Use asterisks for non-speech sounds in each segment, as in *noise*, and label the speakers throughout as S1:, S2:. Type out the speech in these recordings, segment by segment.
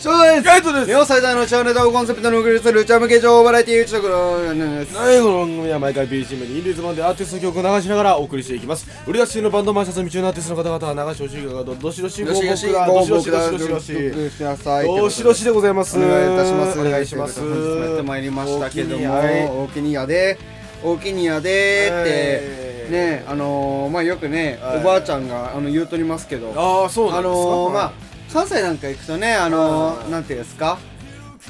S1: そうです
S2: ガイトです
S1: 日本最大のチャンネルをコンセプトにお送りするチャム系情報バラエティー YouTube です
S2: はい、この番組は毎回 BGM にインディーズ版でアーティストの曲を流しながらお送りしていきます。売り出し中のバンドマンシャツ道中のアーティストの方々は流しおしいがどどしどしご
S1: よ
S2: 報
S1: し
S2: 告
S1: よし
S2: だど
S1: ご
S2: しどしどしどしど
S1: 報告だ
S2: し
S1: どしなさい
S2: どしどしでございます。
S1: お願いいたします
S2: お願いします。
S1: ということで本日もやってまいりましたけども
S2: はい
S1: 大きにやで大きにやでってねあのーまあよくね
S2: はい
S1: おばあちゃんがあの言うとりますけど
S2: ああ、そうなん
S1: あ
S2: ですか。
S1: のーまあ関西なんか行くとねあの
S2: は
S1: ー
S2: い
S1: なんていうんですか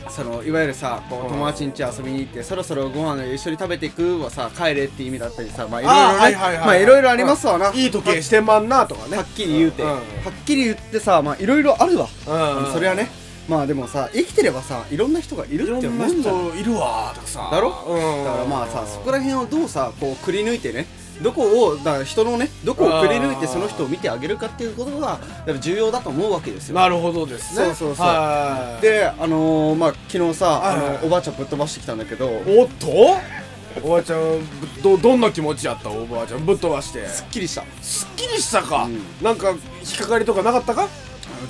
S1: そのいわゆるさこ
S2: は
S1: う
S2: い
S1: 友達ん家遊びに行ってそろそろご飯一緒に食べていくはさ帰れって意味だったりさまあいろいろ
S2: あ
S1: ね
S2: ーはいはいはいはい
S1: まあいろいろありますわない
S2: い時計してまんなとかね。
S1: はっきり言うて、
S2: ん
S1: はっきり言ってさまあいろいろあるわ、
S2: うん
S1: それはねまあでもさ生きてればさいろんな人がいる
S2: いろ
S1: って
S2: ん
S1: 思
S2: な
S1: うんだよ
S2: 人いるわとかさ。
S1: だろ、
S2: うん。
S1: だからまあさそこら辺をどうさこうくり抜いてねどこをだから人のねどこをくり抜いてその人を見てあげるかっていうことがやっぱ重要だと思うわけですよ
S2: なるほどですね。
S1: そうそうそう
S2: はい。
S1: であのーまあ昨日さ
S2: はい
S1: あ
S2: はい
S1: のおばあちゃんぶっ飛ばしてきたんだけど
S2: おっとおばあちゃんぶどどんな気持ちやったおばあちゃんぶっ飛ばして
S1: すっきりしたあ
S2: すっきりしたか、
S1: うん
S2: なんか引っかかりとかなかったか
S1: の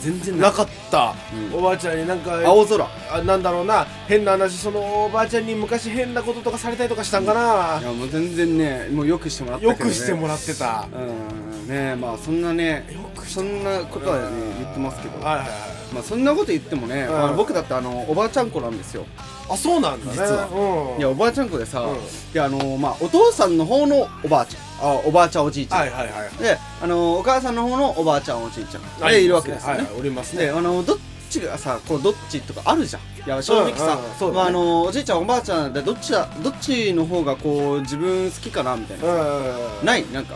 S1: 全然
S2: な
S1: な
S2: かった、
S1: うん
S2: おばあちゃんになんか
S1: 青空
S2: あなんだろうな変な話そのおばあちゃんに昔変なこととかされたりとかしたんか
S1: い
S2: な、
S1: やもう全然ねもうよくしてもらったけど、
S2: よ
S1: ね、
S2: くしてもらってた
S1: うんねまあそんなね
S2: よくして
S1: そんなことはね言ってますけど
S2: はいはいはい
S1: まあそんなこと言ってもね、
S2: うん
S1: まあ僕だってあのおばあちゃん子なんですよ
S2: あそうなんだね
S1: 実は、
S2: うん、
S1: いやおばあちゃん子でさ、
S2: うん
S1: であのまあお父さんの方のおばあちゃんあおばあちゃんおじいちゃん、
S2: はいはいはい
S1: であのお母さんの方のおばあちゃんおじいちゃん
S2: あ
S1: でいるわけですよね、
S2: はいはいおりますね
S1: であのどっちがさこうどっちとかあるじゃんいや正直さ、
S2: うんうんそうだね
S1: まあ、あのおじいちゃんおばあちゃんでどっちだどっちの方がこう自分好きかなみたいな、
S2: うん
S1: ないなんか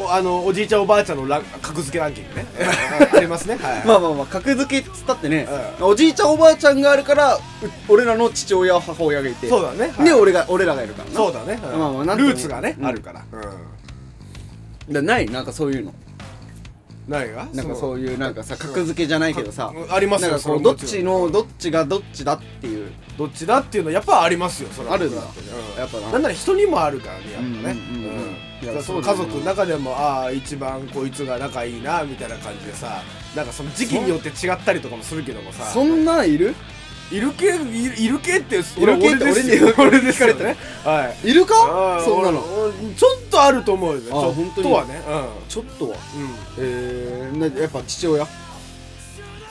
S2: おあのおじいちゃんおばあちゃんのラン格付けランキングねありますねはい
S1: *laughs* まあまあまあ格付けっつったってね、おじいちゃんおばあちゃんがあるからう俺らの父親母親がいて
S2: そうだねはい
S1: で俺が俺らがいるからな
S2: そうだね、
S1: まあまあなんとも
S2: ルーツがね、
S1: うん
S2: あるから、
S1: だないなんかそういうの
S2: 何が
S1: なんか
S2: その
S1: そういうなんかさ格付けじゃないけどさ
S2: ありますよ
S1: なんか
S2: それ
S1: こ
S2: は
S1: う
S2: も
S1: どっ
S2: ちろん
S1: ちのどっちがどっちだっていう
S2: どっちだっていうのはやっぱありますよそれは
S1: あるんだ
S2: ってね
S1: やっぱな
S2: なんなら人にもあるからねやっぱね
S1: うんうんうんうんいや
S2: うんその
S1: そ
S2: 家
S1: うだよね
S2: 族の中でもああ一番こいつが仲いいなみたいな感じでさなんかその時期によって違ったりとかもするけどもさ
S1: そんなんいる
S2: いる系いるいる系って
S1: いる系
S2: 俺
S1: って
S2: です
S1: 俺
S2: よ
S1: に
S2: *laughs* 俺ですよ
S1: 聞かれ
S2: ねはい
S1: いる
S2: あ
S1: か
S2: ー
S1: そんなの
S2: 俺俺ちょっとあると思うよねち
S1: あ
S2: ょ
S1: 本当
S2: っ
S1: に
S2: とはね
S1: ちょっとは
S2: うんうん
S1: えーなやっぱ父親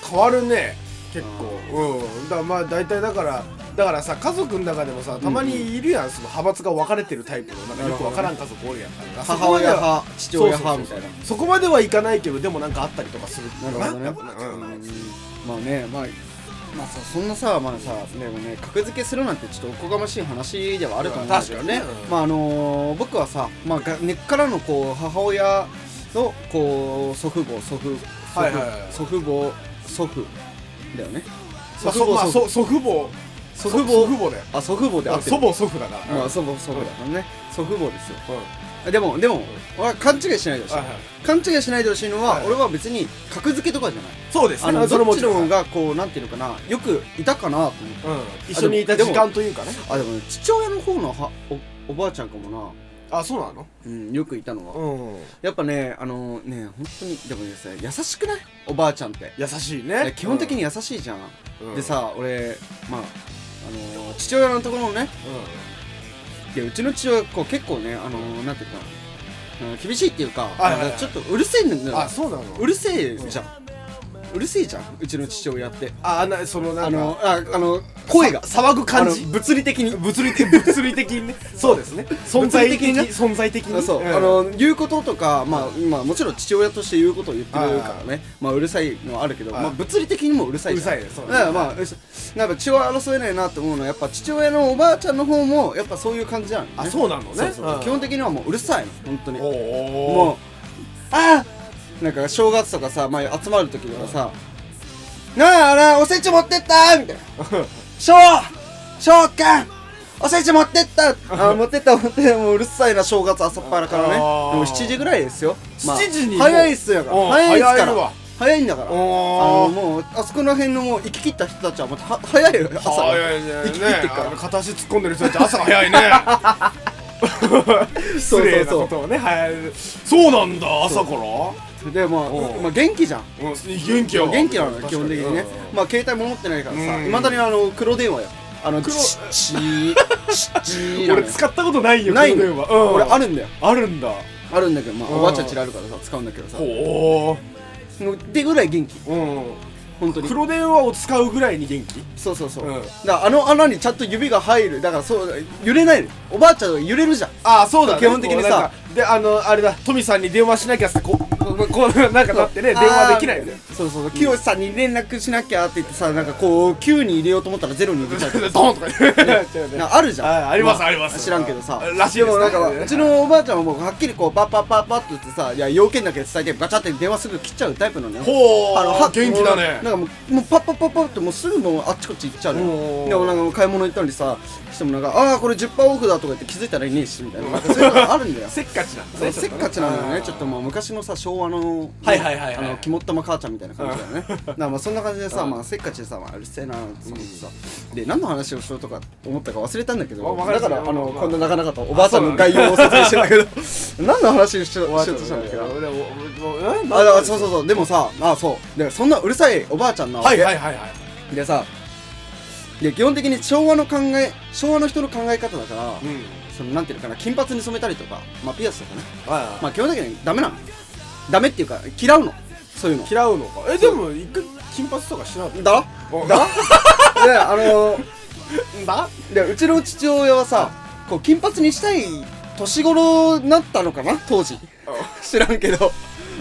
S2: 変わるね結構うんだからまあ大体だからだからさ家族の中でもさたまにいるやん、その派閥が分かれてるタイプのなんかよく分からん家族おるやん
S1: 母親派
S2: そ
S1: 父
S2: こまでは
S1: 親派みたいな
S2: そうそうそうそこまではいかないけどでもなんかあったりとかする
S1: なるほどね
S2: やっぱうん
S1: まあねまあまあさそんなさまあさでもね格付けするなんてちょっとおこがましい話ではあると思うんだけど
S2: ま
S1: ね
S2: あ確かにね
S1: まああのー僕はさまあが根っからのこう母親のこう祖父母祖父祖父,、
S2: はいはいはい
S1: 祖父母祖父だよね
S2: まあそまあ
S1: 祖
S2: そ祖父母
S1: 祖父母
S2: 祖父母だよ
S1: あ祖父母であ
S2: あ
S1: って
S2: 祖
S1: る
S2: 母祖父だから、
S1: まあ祖母祖父だからね祖父母ですよでもでも俺は勘違いしないでほしい
S2: はいはい
S1: 勘違いしないでほしいのは、
S2: はい
S1: 俺は別に格付けとかじゃない
S2: そうです
S1: あ
S2: ね
S1: の
S2: それ
S1: ど
S2: も
S1: っちの方
S2: ち
S1: がこうなんていうのかなよくいたかなと思って
S2: ろんうん、一緒にいた時間というかね
S1: あでもね父親の方のはおおばあちゃんかもな、
S2: あそうなの
S1: うん、よくいたのは、
S2: うん
S1: やっぱねあのね本当にでもねさ優しくないおばあちゃんって
S2: 優しい
S1: い
S2: ね
S1: や基本的に、優しいじゃん、
S2: うん
S1: で、さ俺まああの父親のところのね
S2: うん
S1: でうちの父親こう結構ねあのなんていうかなあの厳しいっていうか、
S2: はいはいはい
S1: あのちょっとうるせえんだよ
S2: あそうなの
S1: うるせえじゃん、うるせえじゃんうちの父親って
S2: ああなそのな
S1: あ
S2: んか
S1: のああの声が
S2: 騒ぐ感
S1: あ
S2: じ
S1: の物理的に
S2: 物理的物理的
S1: *laughs*
S2: にねそうですね存在的に
S1: 物理
S2: 存在的に
S1: そう、
S2: ん
S1: あの言うこととか、まあ、まあもちろん父親として言うことを言ってるからね、まあ、うるさいのはあるけど、
S2: はい
S1: まあ、物理的にもうるさいじゃん
S2: うるさいねそうね
S1: だからまあうるさいなんか血は争えないなって思うのはやっぱ父親のおばあちゃんの方もやっぱそういう感じなのね
S2: あそうなのね
S1: そうそう
S2: うん
S1: 基本的にはもううるさいの本当に
S2: お
S1: もう
S2: ー
S1: ああなんか正月とかさ、まあ、集まる時とかさ「なあなあおせち持ってった!」み *laughs* たいな「翔翔くんおせち持ってった!」あ持ってった持ってったもううるさいな正月朝っぱらからねで
S2: あー
S1: も7時ぐらいですよ、
S2: 7時にもう
S1: 早いっすよだから
S2: うん
S1: 早いっすか
S2: 早い
S1: ら
S2: わ
S1: 早いんだからあ
S2: おー
S1: のもうあそこら辺のもう行き切った人たちはもうは早いよ朝が
S2: 早いね
S1: 行き切ってっか
S2: ねあ
S1: ら
S2: の片足突っ込んでる人たち朝が早い
S1: *laughs*
S2: ね失
S1: そうそうそう
S2: 礼なことをね早いそうなんだ朝から
S1: でまあ
S2: おう
S1: まあ元気じゃん
S2: うん元気よ
S1: 元気なのよ基本的にねまあ携帯も持ってないからさ
S2: うん
S1: いまだにあの黒電話よあのチ
S2: 黒
S1: ッチーチッチーなの
S2: *laughs* 俺
S1: よ
S2: 使ったことないよ
S1: ないの
S2: 黒電話うん
S1: よ俺あるんだよ
S2: あるんだ
S1: あるんだけどまあ
S2: うん
S1: おばあちゃんちらあるからさ使うんだけどさ
S2: ほ
S1: もうでぐらい元気
S2: ううん
S1: 本当に
S2: 黒電話を使うぐらいに元気
S1: そうそうそう、
S2: うん
S1: だからあの穴にちゃんと指が入るだからそう揺れないのおばあちゃんが揺れるじゃん
S2: ああそうだ、ね、
S1: 基本的に
S2: こ
S1: さ
S2: うなんかであのあれだトミさんに電話しなきゃってこうこうこうなんかなってね電話できないよね
S1: あーそうそうそう清さんに連絡しなきゃって言ってさなんかこう9に入れようと思ったら0に入れちゃうと
S2: *laughs*
S1: か
S2: ドンとかねなっちゃうね
S1: *laughs* なあるじゃん、
S2: あありますあります
S1: 知らんけどさ
S2: あらしいですね
S1: でもなんかうちのおばあちゃんはもうはっきりこうパッパッパッパッと言ってさいや要件だけ伝えてガチャって電話すぐ切っちゃうタイプなのよ
S2: *laughs* ほう
S1: あのは
S2: 元気だね
S1: なんかもうもうパッパッパッパッともうすぐもうあっちこっち行っちゃうの
S2: お
S1: よ
S2: ー
S1: でもなんかもう買い物行ったのにさしてもなんか「ああーこれ10%オフだ」とか言って気づいたらいねえしみたいななんかそういうのがあるんだよ
S2: せっかちなんだ
S1: そう
S2: ね
S1: せっかちなんだよねちょっと
S2: あ
S1: もう昔のさ昭和の
S2: はいはいはいはい
S1: あの肝っ玉母ちゃんみたいな感じだよね
S2: *laughs*
S1: だからまあそんな感じでさまあせっかちでさまあうるせえなって思ってさで何の話をしようとか思ったか忘れたんだけ
S2: わ
S1: ど
S2: わかり
S1: だ
S2: ま
S1: か
S2: す
S1: らあの
S2: まあ
S1: こんななかなかとおばあさんの概要を説明してたけど何の話をしよ
S2: ー
S1: うしようとしたんだけど
S2: 俺も俺もうん
S1: あだからそうそうそうでもさあそうでそんなうるさいおばあちゃんなわ
S2: は
S1: け
S2: いはいはいはい
S1: でさで基本的に昭和の考え昭和の人の考え方だから、
S2: うん
S1: そのなんていうのかな金髪に染めたりとか、まあ、ピアスとかね、
S2: はい
S1: まあ、基本的にダメなのダメっていうか嫌うのそういうの
S2: 嫌うのかえでも一回金髪とかしなかった
S1: だろ *laughs*
S2: お
S1: だろであの
S2: だ
S1: でうちの父親はさこう金髪にしたい年頃になったのかな当時知らんけど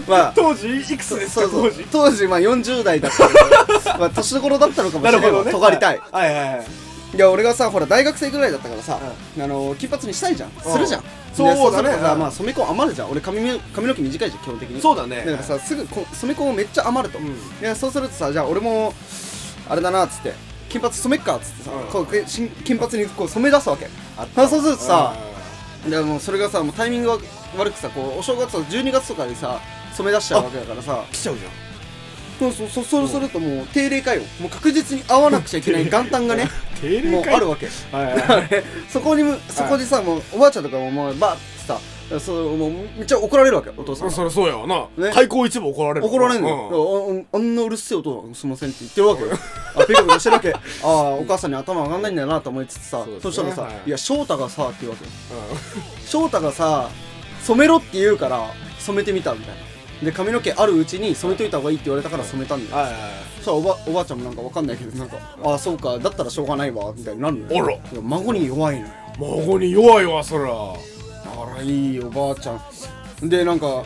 S1: ま
S2: *laughs*
S1: あ
S2: 当時いくつですか当時
S1: 当時まあ40代
S2: *laughs*
S1: だったけどまあ年頃だったのかも
S2: な
S1: しれ
S2: る
S1: ない
S2: ほ
S1: わ
S2: どね
S1: 尖りたい
S2: はいはいはい
S1: いや俺がさほら大学生ぐらいだったからさ、あの金髪にしたいじゃんするじゃんで
S2: そうだね
S1: れとさ
S2: うん
S1: まあ、染め粉余るじゃん俺髪み髪の毛短いじゃん基本的に
S2: そうだね
S1: からさすぐこ染め粉めっちゃ余ると、
S2: うん
S1: いやそうするとさじゃあ俺もあれだなっつって金髪染めっかっつってさ、
S2: うん
S1: こうけしん金髪にこう染め出すわけ
S2: あっ
S1: そうするとさ、でもうそれがさもうタイミングが悪くさこうお正月とか12月とかにさ染め出しちゃうわけだからさ
S2: 来ちゃうじゃん
S1: そうそうそうそうするともう定例会をもう確実に合わなくちゃいけない元旦がね
S2: 定例
S1: もう
S2: 会
S1: あるわけ
S2: はいは
S1: *laughs*
S2: い
S1: あれそこにむそこでさ、もうおばあちゃんとかももうバーってさそうもうめっちゃ怒られるわけお父さんが
S2: そりゃそうやわな、
S1: ね
S2: 開口一部怒られる
S1: 怒られんの
S2: うん
S1: よ、あああんなうるせえお父さんすいませんって言ってるわけよあピクピクしてるわけああ
S2: *laughs*
S1: お母さんに頭上がんないんだよなと思いつつ
S2: そ
S1: さ
S2: うですね
S1: そしたらさ、
S2: はい
S1: い、や翔太がさって言うわけよ翔太がさ染めろって言うから染めてみたみたいなで髪の毛あるうちに染めといた方がいいって言われたから染めたんだよ、
S2: はいはい
S1: そしたらおばおばあちゃんもなんかわかんないけどなんかああそうかだったらしょうがないわみたいになるのよ
S2: あら
S1: いや孫に弱いのよ
S2: 孫に弱いわそら
S1: あらいいおばあちゃんでなんか *laughs* あの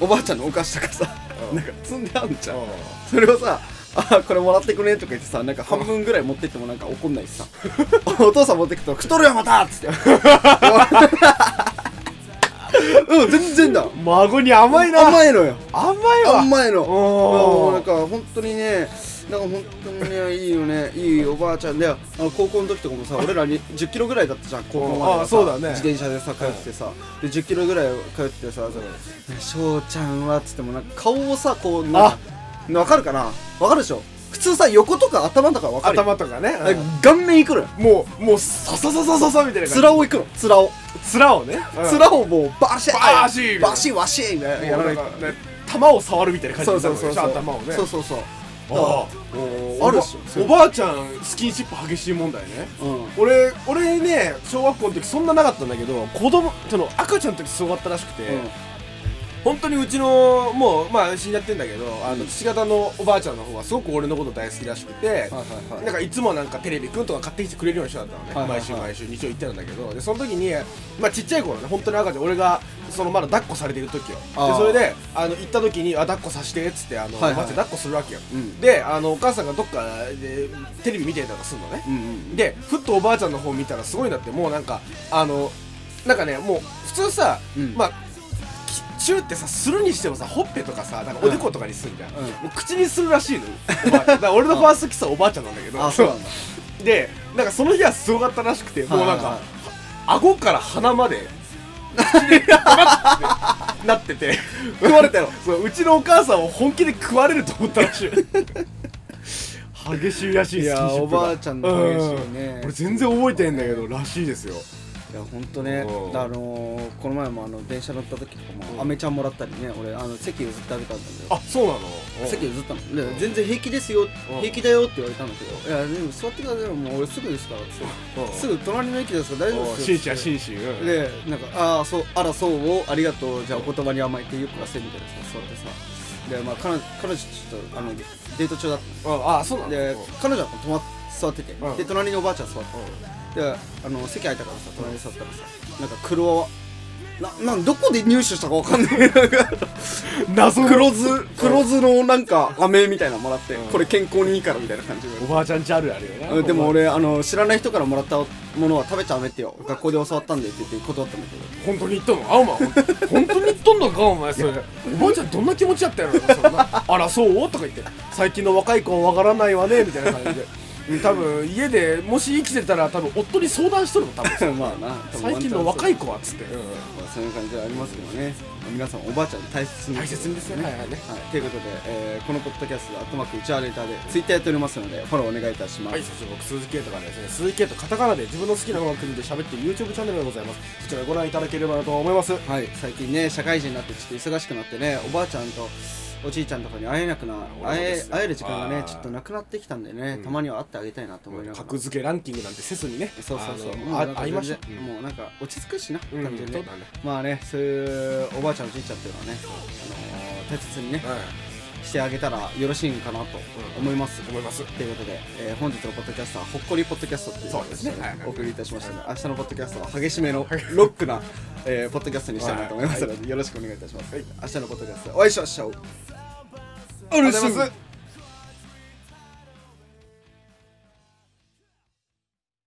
S1: おばあちゃんのお菓子とかさ
S2: うん
S1: なんか積んであんじゃん
S2: うん
S1: それをさ「あこれもらってくれ」とか言ってさなんか半分ぐらい持ってってもなんか怒んないしさ *laughs* お父さん持ってくと「太るよまた!」
S2: *laughs*
S1: っつって「うん全然だ
S2: 孫に甘いな
S1: 甘いのよ
S2: 甘いわ
S1: 甘いの
S2: おー
S1: もうなんか本当にねなんか本当にねいいよねいいおばあちゃんであの高校の時とかもさ俺らに1 0キロぐらいだったじゃん高校まではさ
S2: あそうだね
S1: 自転車でさ通ってさ、で1 0キロぐらい通ってさ「翔、うちゃんは」っつってもなんか顔をさこうなんかわかるかなわかるでしょ普通さ横とか頭とかわかるよ
S2: 頭とかね、
S1: あ顔面いくのよ
S2: もうもうささささささみたいな
S1: 面をいくの面を
S2: 面をね、
S1: 面をもうバシャ
S2: バシー
S1: バシーワシーみたいなや
S2: やら
S1: らな
S2: ないい
S1: と
S2: ね玉を触るみたいな感じ
S1: そう
S2: にな
S1: そ
S2: るわ
S1: う
S2: けでし
S1: そうそ
S2: ょ
S1: う
S2: 頭をね
S1: そうそうそう
S2: あ
S1: だか
S2: ー
S1: らあるっしょ
S2: おばあちゃんスキンシップ激しい問題ね
S1: うん
S2: 俺俺ね小学校の時そんななかったんだけど子供その赤ちゃんの時すごかったらしくて、本当にうちのもうまあ死んじゃってんだけどあの父方のおばあちゃんの方はすごく俺のこと大好きらしくて、
S1: はいはい
S2: なんかいつもなんかテレビくんとか買ってきてくれるような人だったのね、
S1: はいはいはい
S2: 毎週毎週日曜行ってたんだけどでその時にまあちっちゃい頃ね本当に赤ちゃん俺がそのまだ抱っこされてる時よ
S1: あ
S2: で
S1: ー
S2: それであの行った時にあ抱っこさせてっつってあの、
S1: はいはい
S2: おばあちゃん抱っこするわけよ、
S1: うん
S2: であのお母さんがどっかでテレビ見てたりとかするのね、
S1: うんうん
S2: でふっとおばあちゃんの方見たらすごいんだってもうなんかあのなんかねもう普通さ、
S1: うん
S2: まあきチューってさするにしてもさほっぺとかさなんかおでことかにするじゃん、
S1: うん
S2: もう口にするらしいのおばあちゃんだから俺のファーストキスはおばあちゃんなんだけど
S1: あそうなんだ
S2: でなんかその日はすごかったらしくてもうなんか、
S1: はいはい
S2: 顎から鼻まで口にガバッてなって *laughs* て
S1: 食われたよ
S2: そううちのお母さんを本気で食われると思ったらしい激しいらしい
S1: いや
S2: スキンシップが
S1: おばあちゃんの激しい
S2: うん
S1: ね
S2: 俺全然覚えてないんだけどらしいですよ
S1: いや本当ね、
S2: うん
S1: だあのーこの前もあの電車乗った時とか
S2: うん
S1: もアメちゃんもらったりね俺あの席譲ってあげたんだけど
S2: あそうなの
S1: 席譲ったので全然平気ですよ
S2: うん
S1: 平気だよって言われたんだけどいやでも座ってくださいよもう俺すぐですからっつって
S2: うん
S1: すぐ隣の駅ですから大丈夫です
S2: 紳士
S1: よ
S2: や
S1: っつっ
S2: 紳
S1: て
S2: 士うん
S1: でなんかああそうあらそうをありがとうじゃあお言葉に甘えてゆっくらせみたいなさ座ってさでまあ彼女彼女ちょっとあのデート中だっ
S2: ああそうな
S1: た
S2: の
S1: で
S2: うん
S1: 彼女は止まっ座ってて、
S2: うん
S1: で隣におばあちゃん座っててであの席空いたからさ隣に座ったらさなんか黒はななんどこで入手したかわかんな
S2: *laughs*
S1: いなんか
S2: 謎の
S1: 黒酢 *laughs* 黒酢のなんか飴みたいなのもらって、
S2: うん
S1: これ健康にいいからみたいな感じで
S2: おばあちゃんちあるあるよ
S1: う
S2: ね
S1: んでも俺あの知らない人からもらったものは食べちゃダメってよ学校で教わったんでって言って断ったんだけ
S2: 本
S1: ど *laughs*
S2: 当に言っとんのあお前本当に言っとんのかお前それおばあちゃんどんな気持ちやったやろそんなあらそうとか言って最近の若い子はわからないわねみたいな感じでうん多分家でもし生きてたら多分夫に相談しとるの多分
S1: まあな
S2: 最近の若い
S1: 子
S2: 子はっつって、
S1: そういう感じはありますけどね皆さんおばあちゃん大切に
S2: 大切にですねはいはいね
S1: はい、ということで、えーこのポッドキャスト「アットマークうちはレーター」でツイッターやっておりますのでフォローお願いいたします、
S2: はい、そして僕、鈴木圭とがですね、鈴木圭とカタカナで自分の好きな音楽で喋っている YouTube チャンネルがございます。そちらご覧いただければなと思います。
S1: はい、最近ね社会人になってちょっと忙しくなってねおばあちゃんとおじいちゃんとかに会えなくな
S2: 俺も
S1: 会
S2: で
S1: え
S2: す
S1: 会える時間が
S2: は
S1: ね
S2: い
S1: ちょっとなくなってきたんでね、
S2: うん
S1: たまには会ってあげたいなと思いながら
S2: 格付けランキングなんてせずにね、
S1: そうそうそう
S2: あの
S1: もう
S2: あ
S1: なんか
S2: 会いましょ
S1: 全
S2: う。
S1: 然もうなんか落ち着くしな
S2: う
S1: 感
S2: ん、
S1: じ
S2: うん、
S1: で
S2: そう
S1: ね、
S2: だね。
S1: まあねそういうおばあちゃんおじいちゃんっていうのはね、あのー大切にねしてあげたらよろしいんかなと思います、
S2: うん、思います。
S1: ということで、えー本日のポッドキャストはほっこりポッドキャストっていう
S2: そうですねはいはい
S1: お送りいたしましたので明日のポッドキャストは激しめのロックな、えーポッドキャストにしたいなと思いますので、よろしくお願いいたします、明日のポッドキャストでお会いしましょうありがとうございます